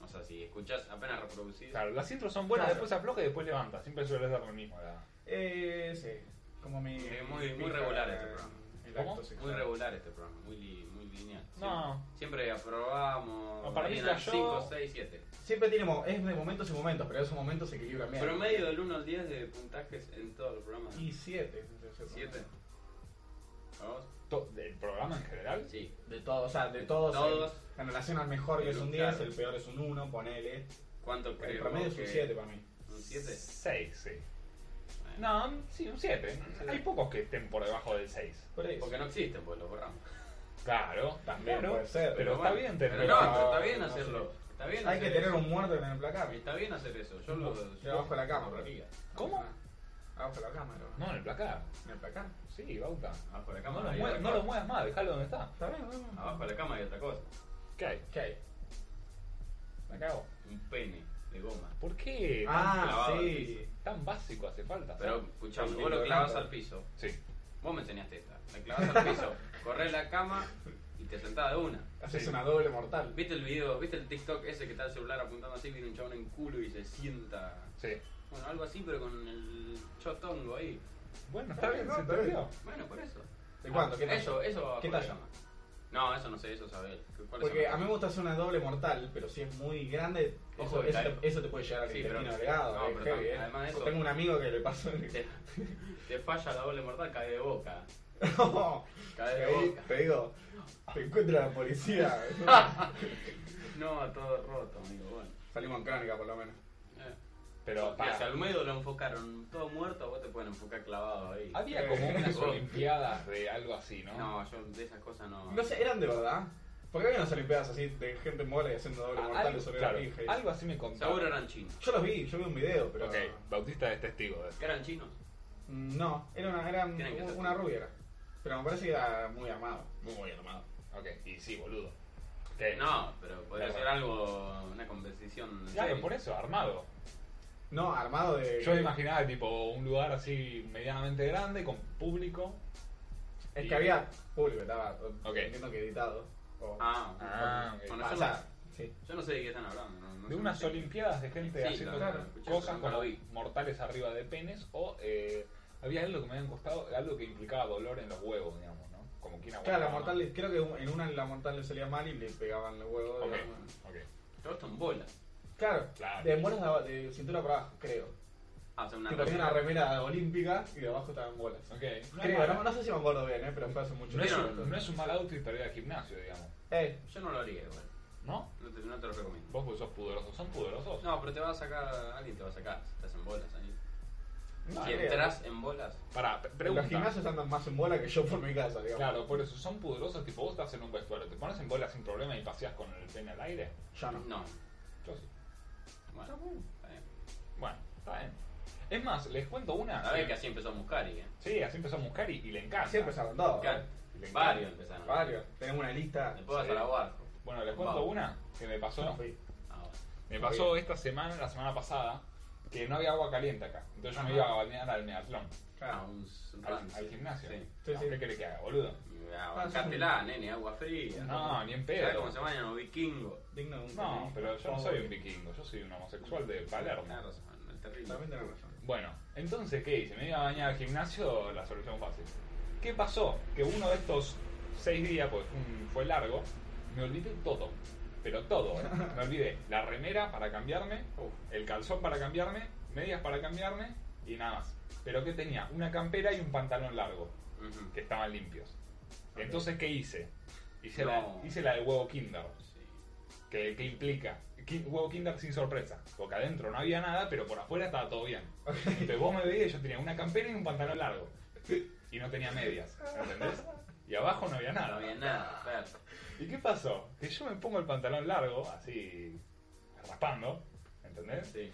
S3: O sea, si escuchás apenas reproducidas.
S1: Claro, las intros son buenas,
S2: Claro.
S1: después afloja y después levanta. Siempre suele ser lo mismo. la-
S2: Eh, sí. Como mi.
S3: Sí, muy-
S2: mi
S3: muy
S2: pija
S3: regular
S2: en
S3: este programa.
S2: el
S1: ¿Cómo?
S2: acto sexual.
S3: Muy regular este programa, muy, li- muy lineal.
S1: No.
S3: Siempre, siempre aprobamos.
S1: No, para mí cayó-
S3: 5, 6, 7.
S2: Siempre tiene. mo- Es de momentos y momentos, pero esos momentos se equilibran bien.
S3: Promedio del 1 al 10 de puntajes en todo el programa.
S2: Y 7.
S3: 7. ¿Vamos?
S1: to- ¿El programa en general?
S3: Sí.
S2: De todos, o sea, de todos.
S3: Todos.
S2: el- En relación al mejor que es un 10,
S3: Claro.
S2: el peor es un 1, ponele.
S3: ¿Cuánto crees?
S2: El promedio es
S3: vos
S2: un
S3: que-
S2: 7 para mí.
S3: ¿Un 7?
S1: 6, sí. No, un- sí, un 7. Hay pocos que estén por debajo del 6.
S2: Por eso.
S3: Porque no existen, pues lo borramos.
S1: Claro,
S2: También
S1: claro,
S2: puede ser,
S1: Pero,
S2: pero
S1: está
S3: bueno,
S1: bien
S3: pero
S1: tener.
S3: no, pero está
S2: No,
S3: bien
S2: no
S3: hacerlo. Está bien
S2: Hay
S3: hacer
S2: que tener
S3: eso.
S2: un muerto en el placar.
S3: Está bien hacer eso. Yo lo.
S2: Yo abajo de la cama,
S3: lo
S2: bro.
S3: haría.
S1: ¿Cómo?
S2: Abajo de la cámara.
S1: No, en el placar.
S2: En el placar.
S1: Sí, Bauta.
S3: Abajo de la
S1: No
S3: cama.
S1: lo,
S3: hay
S1: muevas,
S3: otra
S1: no lo
S3: cosa.
S1: muevas más, dejalo donde está.
S2: Está bien, vamos.
S3: Abajo de la cama hay otra cosa.
S1: ¿Qué hay?
S2: ¿Qué hay?
S1: La cago.
S3: Un pene de goma.
S1: ¿Por qué?
S2: Ah,
S3: clavado al
S2: sí.
S1: Tan básico hace falta.
S3: Pero
S1: ¿sabes?
S3: escuchame,
S2: Sí,
S3: vos
S2: lo
S3: lo clavas
S2: levanto.
S3: al piso.
S1: Sí.
S3: Vos me enseñaste esta. Me clavas al piso,
S2: (laughs)
S3: corres la cama y te sentás de una.
S2: Haces
S1: Sí.
S2: una doble mortal.
S3: ¿Viste el video? ¿Viste el TikTok ese que está el celular apuntando así? Viene un chabón en culo y se sienta.
S1: Sí.
S3: Bueno, algo así, pero con el chotongo ahí.
S1: Bueno, está bien,
S2: No,
S1: se
S2: está
S1: entendió.
S3: Bueno, por eso. Ah,
S2: ¿De cuánto? ¿Qué
S3: Eso,
S2: talla?
S3: eso va
S2: ¿Qué
S3: por la
S2: talla?
S3: cama. No, eso no sé, eso sabe él. ¿Cuál es
S2: Porque
S3: el-
S2: a mí me gusta hacer una doble mortal, pero si es muy grande,
S3: Ojo
S2: eso,
S3: de
S2: eso,
S3: caer.
S2: te, eso te puede llegar al
S3: Sí,
S2: intestino
S3: pero-
S2: delgado. eh,
S3: no, pero
S2: heavy,
S3: también,
S2: eh.
S3: además de
S2: Yo
S3: eso-
S2: Tengo un amigo que le pasó. el-
S3: Te, te falla la doble mortal, cae de boca.
S2: (laughs) No,
S3: Cae de
S2: ahí
S3: boca.
S2: te digo, te encuentra la policía.
S3: No, todo roto, amigo, bueno.
S2: Salimos en crónica, por lo menos.
S3: Eh.
S1: Pero
S3: Mira, si
S1: para.
S3: al medio lo enfocaron todo muerto, a vos te pueden enfocar clavado ahí.
S1: Había como unas
S3: Vos.
S1: olimpiadas de algo así, ¿no?
S3: No, yo de esas cosas no.
S2: No sé, eran de verdad. Porque había unas olimpiadas así de gente en bola y haciendo doble
S1: Ah,
S2: mortal
S1: Algo,
S2: sobre
S1: claro,
S2: la pija. y-
S1: algo así me contaba.
S3: Seguro eran chinos.
S2: Yo los vi, yo vi un video, pero. mm,
S1: Ok, Bautista es testigo de eso.
S3: ¿Eran chinos?
S2: No, era una, era un-
S3: Tienen que ser.
S2: una rubia. era. Pero me parece que era muy armado. Muy armado.
S1: Ok, y sí, boludo. ¿Qué?
S3: No, pero podría
S1: Claro.
S3: ser algo, una competición.
S1: Claro,
S3: seria.
S1: por eso, armado.
S2: No, armado de.
S1: Yo imaginaba tipo un lugar así medianamente grande, con público.
S2: Es que había público, estaba.
S1: Ok.
S2: Entiendo que editado. o-
S1: Ah,
S3: Ah,
S1: ok.
S3: bueno,
S2: Ah,
S3: yo
S2: o
S3: no-
S2: sea, Sí.
S3: Yo no sé de qué están hablando. no- no
S1: De
S3: sé,
S1: unas
S3: no sé.
S1: olimpiadas de gente
S3: Sí,
S1: haciendo
S3: claro, escuché,
S1: cosas
S3: nunca lo
S1: como
S3: vi.
S1: mortales arriba de penes o eh, había algo que me habían costado, algo que implicaba dolor en los huevos, digamos, ¿no? Como que una
S2: Claro, la
S1: huevada
S2: mortal, le- creo que un- en una la mortal le salía mal y le pegaban los huevos.
S1: más. Ok,
S2: digamos.
S1: ok.
S3: Todo esto en bola.
S2: Claro,
S1: Claro.
S2: de muelas de, aba- de cintura para abajo, creo.
S3: Ah, o sea, una
S2: Que tenía una remera olímpica y de abajo estaban bolas.
S1: Ok. No, es
S2: Creo,
S1: malo.
S2: no, no sé si me acuerdo bien, eh, pero fue hace mucho
S1: No es,
S2: tiempo.
S1: un, no es un mal outfit para ir al gimnasio, digamos.
S2: Eh,
S3: Yo no lo haría igual.
S1: ¿No?
S3: No te, no te lo recomiendo.
S1: Vos porque sos pudoroso. ¿Son pudorosos?
S3: No, pero te va a sacar, alguien te va a sacar si estás en bolas ahí.
S1: Ah,
S2: no
S3: si
S2: creo.
S3: entras en bolas,
S1: Pará, pre- pregunta.
S2: Los gimnasios andan más en bola que yo por mi casa, digamos.
S1: Claro, por eso son pudorosos, tipo vos estás en un vestuario, te pones en bola sin problema y paseás con el pene al aire.
S2: Yo no.
S3: no.
S1: Yo sí.
S3: Bueno, está bien.
S1: Bueno, está bien. Es más, les cuento una.
S3: A ver
S1: eh,
S3: que así empezó Muscari, ¿eh?
S1: Sí, así empezó Muscari y le encanta.
S2: Así empezaron todos.
S3: Claro,
S1: Ah, Le encanta.
S3: Varios empezaron.
S2: Varios. Tenemos una lista.
S3: Después vas
S1: Sí.
S3: a la barco.
S1: Bueno, les cuento
S3: Vamos.
S1: una que me pasó.
S2: Sí.
S3: Ah, bueno.
S1: Me pasó esta semana, la semana pasada, que no había agua caliente acá. Entonces yo me
S2: Ajá.
S1: iba a bañar al meatlón,
S3: Ah,
S2: Claro.
S3: un s-
S1: al,
S3: rancio.
S1: al gimnasio.
S3: Sí.
S2: Sí,
S1: No,
S2: sí.
S1: ¿Qué querés que haga, boludo?
S3: Ah,
S2: Ah,
S3: bancátela, nene, agua fría.
S1: No, ni en
S3: ¿Sabes
S1: pedo.
S3: cómo se bañan los vikingos?
S2: Digno de un
S1: No,
S2: feminismo,
S1: pero yo no
S2: por
S1: soy
S2: favor.
S1: un vikingo, yo soy un homosexual de Palermo.
S3: Tenés razón, es terrible.
S2: También tenés razón.
S1: Bueno, entonces, ¿qué hice? ¿Me iba a bañar al gimnasio? La solución fácil. ¿Qué pasó? Que uno de estos seis días, pues un- fue largo, me olvidé todo. Pero todo, ¿eh? Me olvidé la remera para cambiarme,
S3: Uf.
S1: el calzón para cambiarme, medias para cambiarme y nada más. Pero ¿qué tenía? Una campera y un pantalón largo,
S3: Ujú.
S1: que estaban limpios.
S2: Ok.
S1: Entonces, ¿qué hice? Hice,
S3: No.
S1: la, hice la del huevo Kinder.
S3: Sí.
S1: que, que implica Ki- huevo Kinder sin sorpresa, porque adentro no había nada, pero por afuera estaba todo bien. Entonces vos me veías, yo tenía una campera y un pantalón largo, y no tenía medias, ¿entendés? Y abajo no había
S3: No
S1: nada.
S3: había nada, claro.
S1: ¿Y qué pasó? Que yo me pongo el pantalón largo, así, raspando, ¿entendés?
S3: Sí.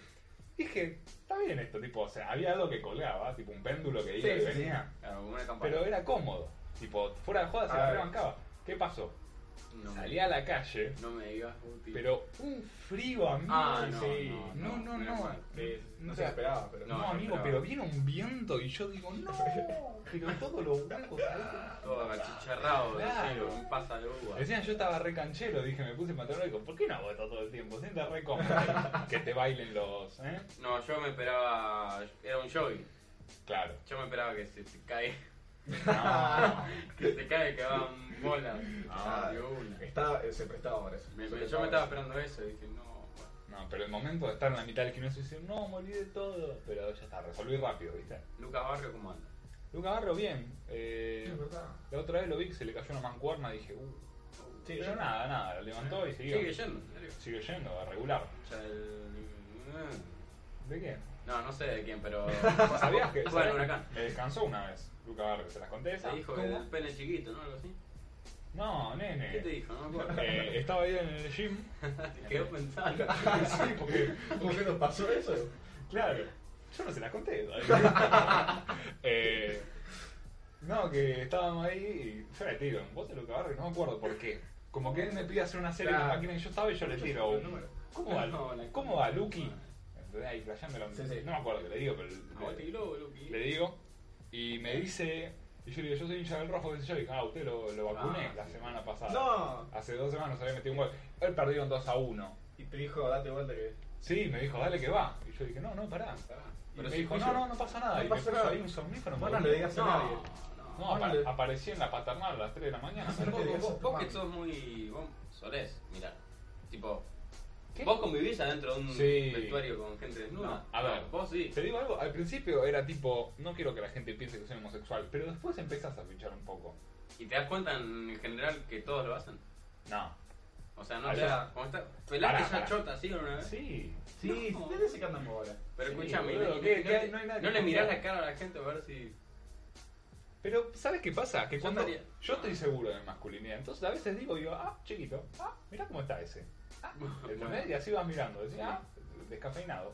S1: Dije, está bien esto, tipo, o sea, había algo que colgaba, tipo un péndulo que iba
S2: Sí,
S1: y
S2: sí,
S1: venía,
S3: Claro, como una campana.
S1: pero eh, era cómodo, tipo, fuera de joda se
S2: A
S1: la
S2: ver.
S1: rebancaba. ¿Qué pasó?
S3: no, me-
S1: Salí a la calle,
S3: no me digas, Guti.
S1: pero un frío amigo.
S3: Ah,
S1: que
S3: no,
S1: se-
S3: no,
S1: no,
S3: no,
S1: no,
S3: menos
S1: no.
S3: mal.
S2: Sí, No
S1: O
S2: se
S1: sea,
S2: lo esperaba, pero.
S1: No,
S3: No,
S1: amigo,
S2: esperaba.
S1: pero viene un viento y yo digo, no, pero todos los blancos.
S3: Todo achicharrado de
S1: Claro.
S3: cero, un pasa de uva.
S1: Decían, yo estaba re canchero, dije, me puse pantalón y digo, ¿por qué no voto todo el tiempo? Siente re cómodo que te bailen los, ¿eh?
S3: No, yo me esperaba. Era un jogging.
S1: Claro.
S3: Yo me esperaba que se te cae.
S1: No,
S3: Que se cae, que va un bola.
S2: Ah,
S3: de una.
S2: Estaba- eh, se prestaba para eso.
S3: Me-
S2: Se
S3: me- yo
S2: prestaba
S3: me estaba
S2: para eso.
S3: esperando eso y dije, no. bueno.
S1: no, pero el momento de estar en la mitad del gimnasio y decir, no, me olvidé de todo. Pero ya está, resolví rápido, ¿viste?
S3: Lucas Barrio, ¿cómo anda?
S1: Luca Barro, bien. eh,
S2: Sí, es verdad.
S1: la otra vez lo vi que se le cayó una mancuerna, dije, uh.
S2: Sí,
S1: Pero nada, nada, lo levantó y siguió.
S3: Sigue yendo, en serio.
S1: Sigue yendo, a regular.
S3: O sea, el-
S1: ¿De qué?
S3: No, no sé de quién, pero.
S1: ¿Sabías que
S3: Fue
S1: sabías
S3: el huracán.
S1: que Me descansó una vez, Luca Barrio, ¿se las conté esa?
S3: Se dijo
S2: ¿Cómo?
S3: del pene chiquito, ¿no? Algo así.
S1: No, nene.
S3: ¿Qué te dijo? No me acuerdo.
S1: Eh, estaba ahí en el gym. (laughs)
S3: Te Quedó pensando.
S1: sí, porque,
S2: (laughs) ¿Cómo que nos pasó eso?
S1: claro, yo no se las conté. todavía. Eh, no, que estábamos ahí y yo le tiro un bote de Luca Barrio, no me acuerdo por qué. Como que él me pide hacer una serie en la
S2: Claro.
S1: máquina y yo estaba y yo le tiro
S2: No,
S1: un...
S2: no.
S1: ¿Cómo va,
S3: No, la-
S1: ¿cómo va Luki? ¿Entendés? Ahí flasheándolo.
S2: Sí, sí.
S1: No me acuerdo que le digo, pero...
S3: Aguante globo, Luqui.
S1: le digo, y
S2: Ah.
S1: me dice, y yo le digo, yo soy hincha del rojo, qué sé yo, y dije, ah, usted lo, lo vacuné
S3: Ah,
S1: la
S3: sí.
S1: semana pasada.
S2: No.
S1: Hace dos semanas había metido un gol. Él perdió en 2 a 1.
S2: Y te dijo, date vuelta que.
S1: Sí, me dijo, dale que va. Y yo dije, no, no, pará. Y
S3: Pero
S1: me
S3: si
S1: dijo,
S3: fui
S1: no,
S3: yo.
S1: no, no pasa nada.
S2: No
S1: y
S2: pasa
S1: me puso
S2: nada.
S1: ahí un somnífero.
S2: Vos
S1: me
S2: no
S1: volví.
S2: le digas a nadie.
S3: no.
S1: No,
S2: vos no
S1: apa-
S2: le-
S1: aparecí en la paternal a las 3 de la mañana.
S2: No
S3: Vos,
S2: le digas a
S3: vos-
S2: tu
S3: vos que
S2: mami.
S3: sos muy. Vos solés, mirá. Tipo.
S1: ¿Qué?
S3: Vos convivís adentro de un
S1: Sí.
S3: vestuario con gente desnuda.
S1: No, a ver.
S3: Vos sí.
S1: Te digo algo, al principio era tipo, no quiero que la gente piense que soy homosexual, pero después empezás a fichar un poco.
S3: Y te das cuenta en general que todos lo hacen.
S1: No.
S3: O sea, no
S1: Ahí
S3: te
S1: está.
S3: das. ¿Cómo está? ¿Pelaste
S1: Pará,
S3: esa
S1: pará.
S3: chota así una vez?
S1: Sí.
S2: Sí,
S3: No.
S2: desde ese que andan bola.
S3: Pero
S1: Sí,
S3: escúchame,
S1: boludo,
S3: no-
S1: ¿qué-
S3: no
S1: qué?
S3: te-
S1: No hay nada
S3: no
S1: que
S3: le mirás
S1: contar.
S3: la cara a la gente a ver si.
S1: Pero, ¿sabes qué pasa? Que
S3: Yo
S1: cuando
S3: estaría-
S1: yo estoy seguro de mi masculinidad, entonces a veces digo, digo, ah, chiquito, ah, mirá cómo está ese. Ah, ¿entendés? Y así vas mirando, decís, ah, descafeinado.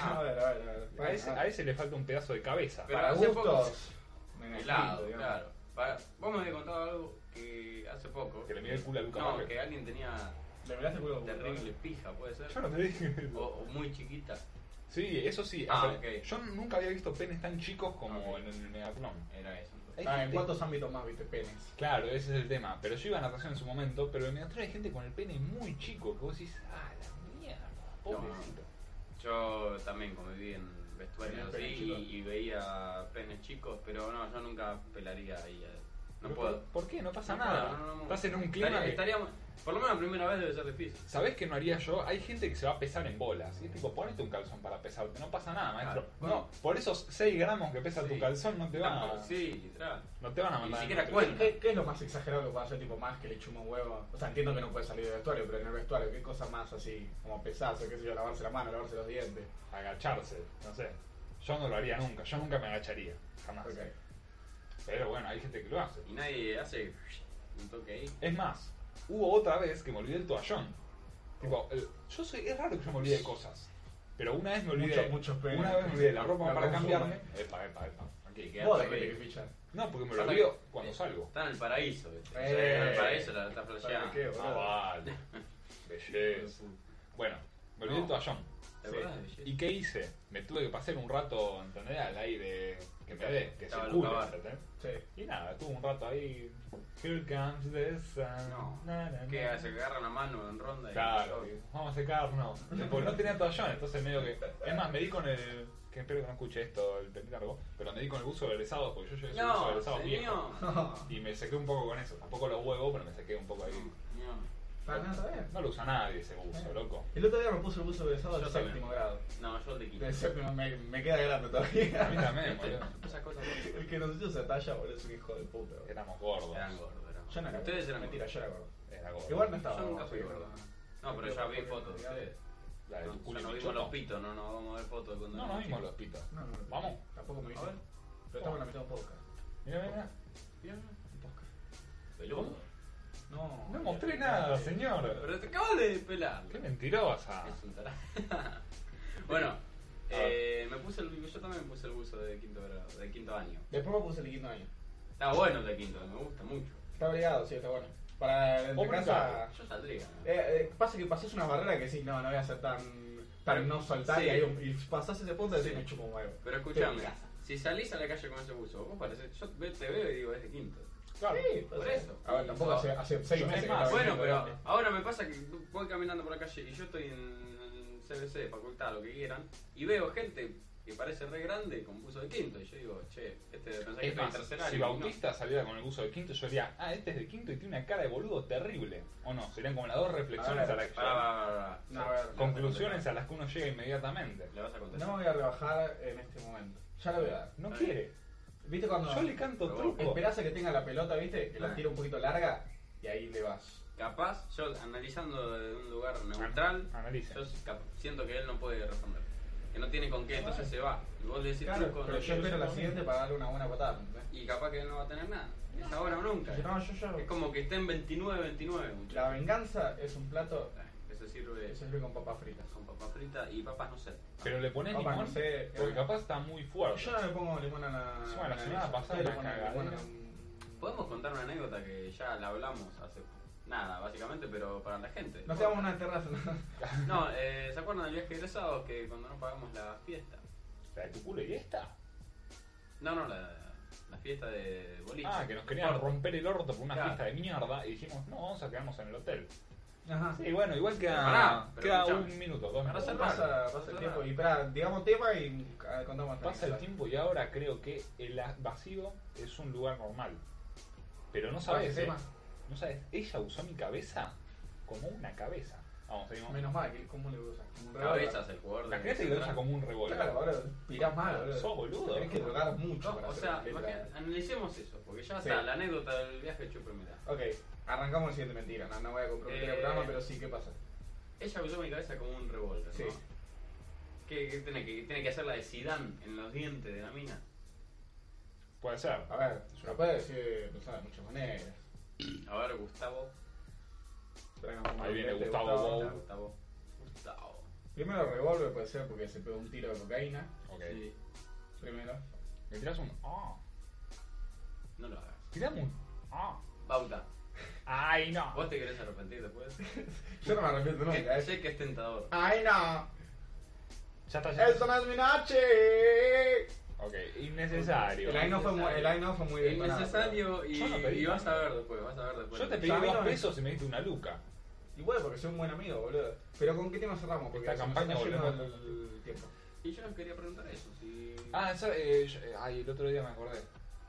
S2: A ver, a ver, a ver.
S1: Ah.
S2: Ah,
S1: A ese, a ese le falta un pedazo de cabeza.
S3: Pero
S2: Para
S3: hace poco-
S2: gustos. me imagino,
S3: Helado,
S2: digamos.
S3: claro. Pará, vos me habías contado algo que hace poco.
S1: Que le miré el culo a Luca
S3: No,
S1: Barrio.
S3: que alguien tenía
S2: Le miraste el culo a Buda,
S3: terrible pija, puede ser.
S1: Yo no te dije
S3: O, o muy chiquita.
S1: Sí, eso sí.
S3: Oh. Ah,
S1: o sea,
S3: ok.
S1: Yo nunca había visto penes tan chicos como
S3: Ok.
S1: en el Megatlón.
S3: Era eso. entonces.
S1: Hay
S2: Ah, ¿En
S1: gente-
S2: cuántos ámbitos más viste penes?
S1: Claro, ese es el tema. Pero yo iba a natación en su momento, pero en el Megatlón hay gente con el pene muy chico que vos decís, ah, la mierda, pobrecito.
S3: Yo también conviví en vestuarios
S2: Tenía
S3: así
S2: penes chicos.
S3: y, y veía penes chicos, pero no, yo nunca pelaría ahí. eh, No
S1: Pero
S3: puedo.
S1: ¿por- ¿Por qué? No pasa
S3: No,
S1: nada.
S3: no, no, no.
S1: Estás en un clima.
S3: Estaría-
S1: que-
S3: estaríamos- por lo menos la primera vez debe ser difícil.
S1: ¿Sabés qué no haría yo? Hay gente que se va a pesar en bolas. Y es tipo, ponete un calzón para pesarte. No pasa nada, maestro.
S3: Claro.
S1: No, por esos 6 gramos que pesa
S3: Sí.
S1: tu calzón no te van a,
S3: Tampoco- Sí, literal.
S1: no te van a
S3: Ni
S1: mandar. en
S3: siquiera
S1: nutrición.
S3: Bueno.
S2: ¿Qué, qué es lo más exagerado que puede hacer tipo más que le chuma un huevo? O sea, entiendo que no puede salir del vestuario, pero en el vestuario, ¿qué cosa más así? Como pesarse, qué sé yo, lavarse la mano, lavarse los dientes.
S1: Agacharse, no sé. Yo no lo haría nunca. Yo nunca me agacharía. Jamás.
S2: Ok.
S1: Pero bueno, hay gente que lo hace.
S3: Y nadie hace un toque ahí.
S1: Es más, hubo otra vez que me olvidé el toallón. Tipo, el- yo soy, es raro que yo me olvide de cosas. Pero una vez me olvidé.
S2: Muchos, muchos penes.
S1: una vez me olvidé la ropa
S2: La
S1: para
S2: consumo.
S1: cambiarme. Epa, epa, epa.
S3: Aquí,
S2: Vos
S3: quedate
S2: de que te
S3: ahí.
S2: fichas.
S1: No, porque me lo
S3: Pasa
S1: olvido
S3: que-
S1: cuando salgo.
S3: Está en el paraíso, ¿viste?
S2: Eh.
S3: Está en el paraíso, la está flasheando.
S2: ¿Qué, boludo?
S1: Ah, vale. Belleza. Bueno, me olvidé
S3: No.
S1: el toallón.
S3: ¿Te acordás de Belleza?
S1: ¿Y qué hice? Me tuve que pasar un rato, ¿entendés? Al aire que me dé, que
S3: Estaba
S1: circule,
S3: Luca Bar.
S1: ¿entendés?
S2: Sí. (laughs)
S1: Y nada, estuve un rato ahí. Here comes the sun.
S3: No.
S1: Na, na,
S3: ¿Qué
S1: na.
S3: hace? Que agarra la mano en ronda y
S1: Claro,
S3: Yo-
S1: vamos a secarnos. Porque no tenía toallón, entonces medio que. Es más, me di con el. Que espero que no escuche esto el peli largo, pero me di con el buzo de egresado, porque yo llevé su buzo de
S3: No,
S1: egresado viejo.
S3: señor.
S1: Y me sequé un poco con eso. Tampoco los huevos, pero me sequé un poco ahí.
S2: Para nada, ¿sabes?
S1: No lo usa nadie ese buzo, loco.
S2: El otro día me puse el buzo de sábado
S3: Yo
S2: de
S3: también.
S2: séptimo grado.
S3: (laughs) No, yo el de
S2: De
S3: quinto.
S2: séptimo me, me queda grande
S1: A mí
S3: (laughs)
S2: todavía.
S1: también, boludo.
S3: Esas cosas
S2: El que nos hizo esa talla, boludo, es un hijo de puta. boludo.
S1: Éramos gordos.
S3: (laughs) eran gordos. eran
S2: Yo no
S3: gordos.
S2: era
S3: Ustedes
S2: gordo.
S3: eran
S2: Mentira,
S3: gordos.
S2: yo era gordo.
S1: Era gordo.
S2: Igual no estaba.
S3: Yo nunca
S2: gordo,
S3: fui
S2: sí,
S3: gordo.
S2: gordo.
S3: No, pero ya vi fotos de ustedes.
S1: La de
S3: No,
S1: tu
S3: ya
S1: culo
S3: no
S1: y
S3: vimos
S1: choto.
S3: los pitos, no, no vamos a ver fotos. cuando
S1: No, no
S3: éramos
S1: vimos
S3: chicos.
S1: los pitos.
S2: No, no, no.
S1: Vamos.
S2: Tampoco me
S3: A
S2: viste.
S3: ver.
S2: Pero estamos en la mitad de un podcast.
S1: Mira, mira.
S3: Peludo.
S2: No.
S1: No mostré nada, señor.
S3: Pero te acabas de pelar.
S1: Qué mentirosa.
S3: Es un tarado. (laughs) bueno, eh, me puse el, yo también me puse el buzo de quinto grado, de quinto año.
S2: Después me puse el quinto año.
S3: Está bueno el de quinto, me gusta mucho.
S2: Está obligado, sí, está bueno. Para en tu
S1: Hombre,
S2: casa.
S1: claro.
S3: Yo saldría. ¿no?
S2: Eh, eh, pasa que pasás una barrera que sí, no, no voy a ser tan. tan no soltar
S3: Sí.
S2: y, ahí un- y pasás ese punto de decir,
S3: Sí.
S2: me chupo un huevo.
S3: Pero escúchame, si salís a la calle con ese buzo, vos parecés, yo ve- te veo y digo, es de quinto.
S1: Claro.
S2: Sí,
S3: Por
S2: o sea,
S3: eso.
S2: A ver, tampoco
S3: Yo-
S2: hace, hace seis
S1: yo-
S2: meses.
S1: es
S2: que
S1: más,
S2: estaba
S3: Bueno,
S2: viendo
S3: pero
S2: grande.
S3: ahora me pasa que voy caminando por la calle y yo estoy en CBC, facultad, lo que quieran, y veo gente que parece re grande con buzo de quinto. Y yo digo, che, este pensé que
S1: Es
S3: está en
S1: más,
S3: tercer año.
S1: si
S3: ¿no?
S1: Bautista saliera con el buzo de quinto, yo diría, ah, este es de quinto y tiene una cara de boludo terrible. ¿O no? Serían como las dos reflexiones
S2: A
S1: a,
S2: ver,
S1: las que
S3: Pará, pará, pará,
S2: No,
S3: pará.
S2: a ver,
S1: Conclusiones a las que uno llega inmediatamente.
S3: Le vas
S2: No
S3: a
S2: eh.
S3: contestar.
S2: me voy a rebajar en este momento. Ya la voy a dar.
S1: No
S3: Está
S1: quiere.
S2: ¿Viste cuando
S1: Yo le canto
S3: No.
S1: truco.
S2: esperás a que tenga la pelota, viste? Que la
S3: Ah.
S2: tira un poquito larga y ahí le vas.
S3: Capaz, yo analizando de un lugar neutral,
S1: An- Analice.
S3: yo cap- siento que él no puede responder. Que no tiene con qué, entonces se va. Y vos le decís
S2: Claro,
S3: truco,
S2: pero
S3: no
S2: yo
S3: quiero
S2: espero la
S3: ser
S2: siguiente para darle una buena patada. ¿entendés?
S3: Y capaz que él no va a tener nada. Es ahora o nunca.
S2: Dice, No, yo, yo.
S3: Es como que está en 29-29, muchachos.
S2: La venganza es un plato eh,
S3: Que se
S2: que
S3: sirve
S2: se sirve con papas fritas.
S3: con papas fritas y papas no sé.
S1: Pero le pones
S2: Papá,
S1: limón,
S2: no sé,
S1: porque
S2: eh.
S1: capaz está muy fuerte.
S2: Yo no le pongo limón a la.
S1: Encima la
S2: a
S1: semana
S2: leche.
S1: pasada
S2: Ustedes
S1: la
S2: le ponen limón a
S1: cagaron.
S2: la-
S3: Podemos contar una anécdota que ya la hablamos hace nada, básicamente, pero para la gente.
S2: No seamos una terraza.
S3: No, eh, ¿se acuerdan del viaje egresado que cuando no pagamos la fiesta?
S1: ¿La de tu culo y esta?
S3: No, no, la, la fiesta de boliche.
S1: Ah, que nos querían
S3: Corto.
S1: romper el orto por una
S3: Claro.
S1: fiesta de mierda y dijimos, no, vamos a quedarnos en el hotel.
S2: (laughs) Ajá.
S1: Sí, bueno, igual queda,
S3: Pará, pero
S1: queda
S3: escuchame.
S1: un minuto, dos
S3: Pará,
S1: minutos.
S3: cerrá.
S2: Pasa,
S3: Pasa
S2: pasa el
S3: raro.
S2: tiempo. Y para, digamos tema y ah, contamos la
S1: Pasa el
S2: anécdota.
S1: tiempo y ahora creo que el a- vacío es un lugar normal. Pero no sabes,
S2: Pasa el
S1: ¿eh?
S2: tema.
S1: No sabes, ella usó mi cabeza como una cabeza. Vamos, seguimos.
S2: Menos mal, que ¿cómo le usas? Como un revólver.
S3: Cabezas el jugador de
S1: La gente que lo usa como un revólver.
S2: Claro, ahora tirás mal, boludo.
S1: Sos boludo.
S2: Tenés que drogar
S3: No,
S2: mucho. para
S3: o
S2: hacer
S3: sea,
S2: letra.
S3: imagina- analicemos eso, porque ya
S2: Sí.
S3: está la anécdota del viaje de Chupemela.
S2: Ok, arrancamos el siguiente mentira. No, no voy a comprometer
S3: Eh.
S2: el programa, pero sí, ¿qué pasa?
S3: Ella usó mi cabeza como un revólver,
S2: Sí.
S3: ¿no? ¿Qué, qué tiene, que, tiene que hacer la de Zidane en los dientes de la mina?
S1: Puede ser.
S2: A ver, se lo puede decir pensar de muchas maneras.
S3: A ver, Gustavo.
S1: Ahí viene
S2: Te
S1: Gustavo
S2: gustaba.
S1: Bou.
S3: Hola, Gustavo. Gustavo.
S2: Primero revólver puede ser porque se pegó un tiro de cocaína.
S1: Ok.
S3: Sí.
S2: Primero.
S1: Me tirás un. Ah.
S3: No lo hagas.
S1: Tirame un. Ah.
S3: Bauta,
S1: Ay, no.
S3: ¿vos te querés
S1: (laughs)
S3: arrepentir después?
S2: Yo no me arrepiento ¿eh?
S3: Que-
S2: nunca, ¿eh?
S3: sé que es tentador.
S2: ¡Ay, no!
S1: Ya está ya.
S2: ¡Eso no es mi noche!
S1: Ok, innecesario.
S2: El line no fue muy, el line no fue muy detonado,
S3: Innecesario y,
S1: Yo no pedí
S3: y vas a
S1: nada.
S3: ver después, vas a ver después.
S1: Yo te pedí
S2: Ya, a mí
S1: dos
S2: no me-
S1: pesos y me diste una luca.
S2: pero- Y bueno, porque soy un buen amigo, boludo. Pero ¿con qué tema cerramos? Porque
S1: Esta
S2: se nos
S1: campaña
S2: está yendo
S1: volvemos.
S2: el- el tiempo.
S3: Y yo les quería preguntar eso, si...
S1: Ah, eso, eh, yo- eh, ay, el otro día me acordé.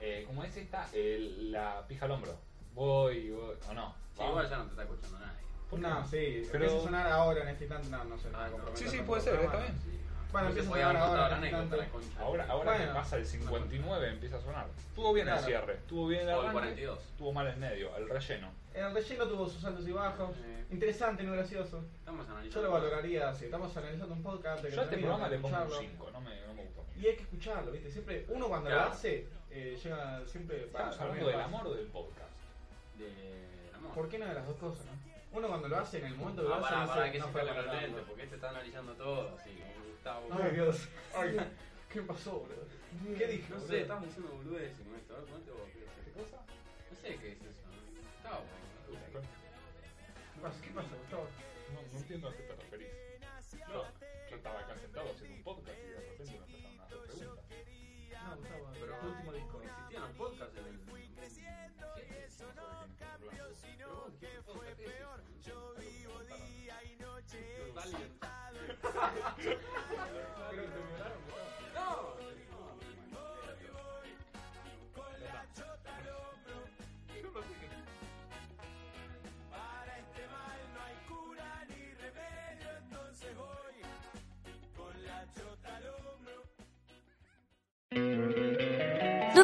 S1: Eh, ¿Cómo es esta? El- la pija al hombro. Voy, voy, o no.
S3: Sí, igual ya no te está escuchando nadie.
S1: ¿Por qué
S2: No,
S1: no?
S2: sí,
S1: Pero-
S2: empieza a sonar ahora en este instante, no, no sé.
S3: Ah,
S2: no,
S3: no. ah.
S2: comprometo
S1: Sí, sí,
S2: tampoco.
S1: puede ser,
S2: Pero
S1: está
S2: bueno.
S1: bien.
S2: Bueno,
S3: se
S2: empieza
S3: podía
S2: a
S3: haber
S2: contar
S3: contado
S2: ahora,
S3: la anécdota,
S2: tanto.
S3: la concha.
S1: Ahora, ahora
S2: Bueno.
S1: que pasa el 59 empieza a sonar. Estuvo bien el
S2: Claro.
S1: cierre, estuvo bien el
S3: O el
S1: arranque,
S3: 42.
S1: estuvo mal el medio, el relleno.
S2: El relleno tuvo sus altos y bajos.
S3: Eh.
S2: Interesante, no gracioso.
S3: Estamos
S2: Yo
S3: analizando.
S2: lo valoraría si estamos analizando un podcast. antes que
S1: Yo a este
S2: termine,
S1: programa
S2: hay que
S1: le pongo un
S2: escucharlo.
S1: 5, no me, no me gustó.
S2: Y hay que escucharlo, ¿viste? Siempre, uno cuando
S3: Claro.
S2: lo hace, eh, llega siempre.
S1: ¿Estamos
S2: para-
S1: hablando
S2: para-
S1: del amor o del podcast?
S3: De amor.
S2: ¿Por qué no de las dos cosas, no? Uno cuando lo hace, en el momento que lo
S3: Ah,
S2: hace,
S3: pará,
S2: dice,
S3: pará, que
S2: no
S3: se
S2: fue
S3: fue con
S2: para
S3: los lentes,
S2: tanto.
S3: porque este está analizando todo, así, como Gustavo.
S2: Ay, Dios. Ay, ¿qué pasó, boludo? ¿Qué dije?
S3: No
S2: boludo?
S3: sé, estamos diciendo boludeces con esto, a ver, ponete vos. ¿qué es
S1: ¿Qué
S3: eso?
S1: cosa?
S3: No sé qué es eso, ¿no? Gustavo. ¿no?
S2: ¿Qué pasa? ¿Qué pasa, Gustavo?
S1: No, no entiendo a qué te referís. Yo, yo estaba acá sentado haciendo un podcast y de repente me empezaron a hacer preguntas.
S2: No, Gustavo, pero
S3: Pero-
S2: el último disco.
S3: Existían los podcasts en el... ¿Qué es eso?
S1: No sé de quién estás hablando.
S3: Pero vos, ¿qué podcast es eso? Valiant.
S4: ¿No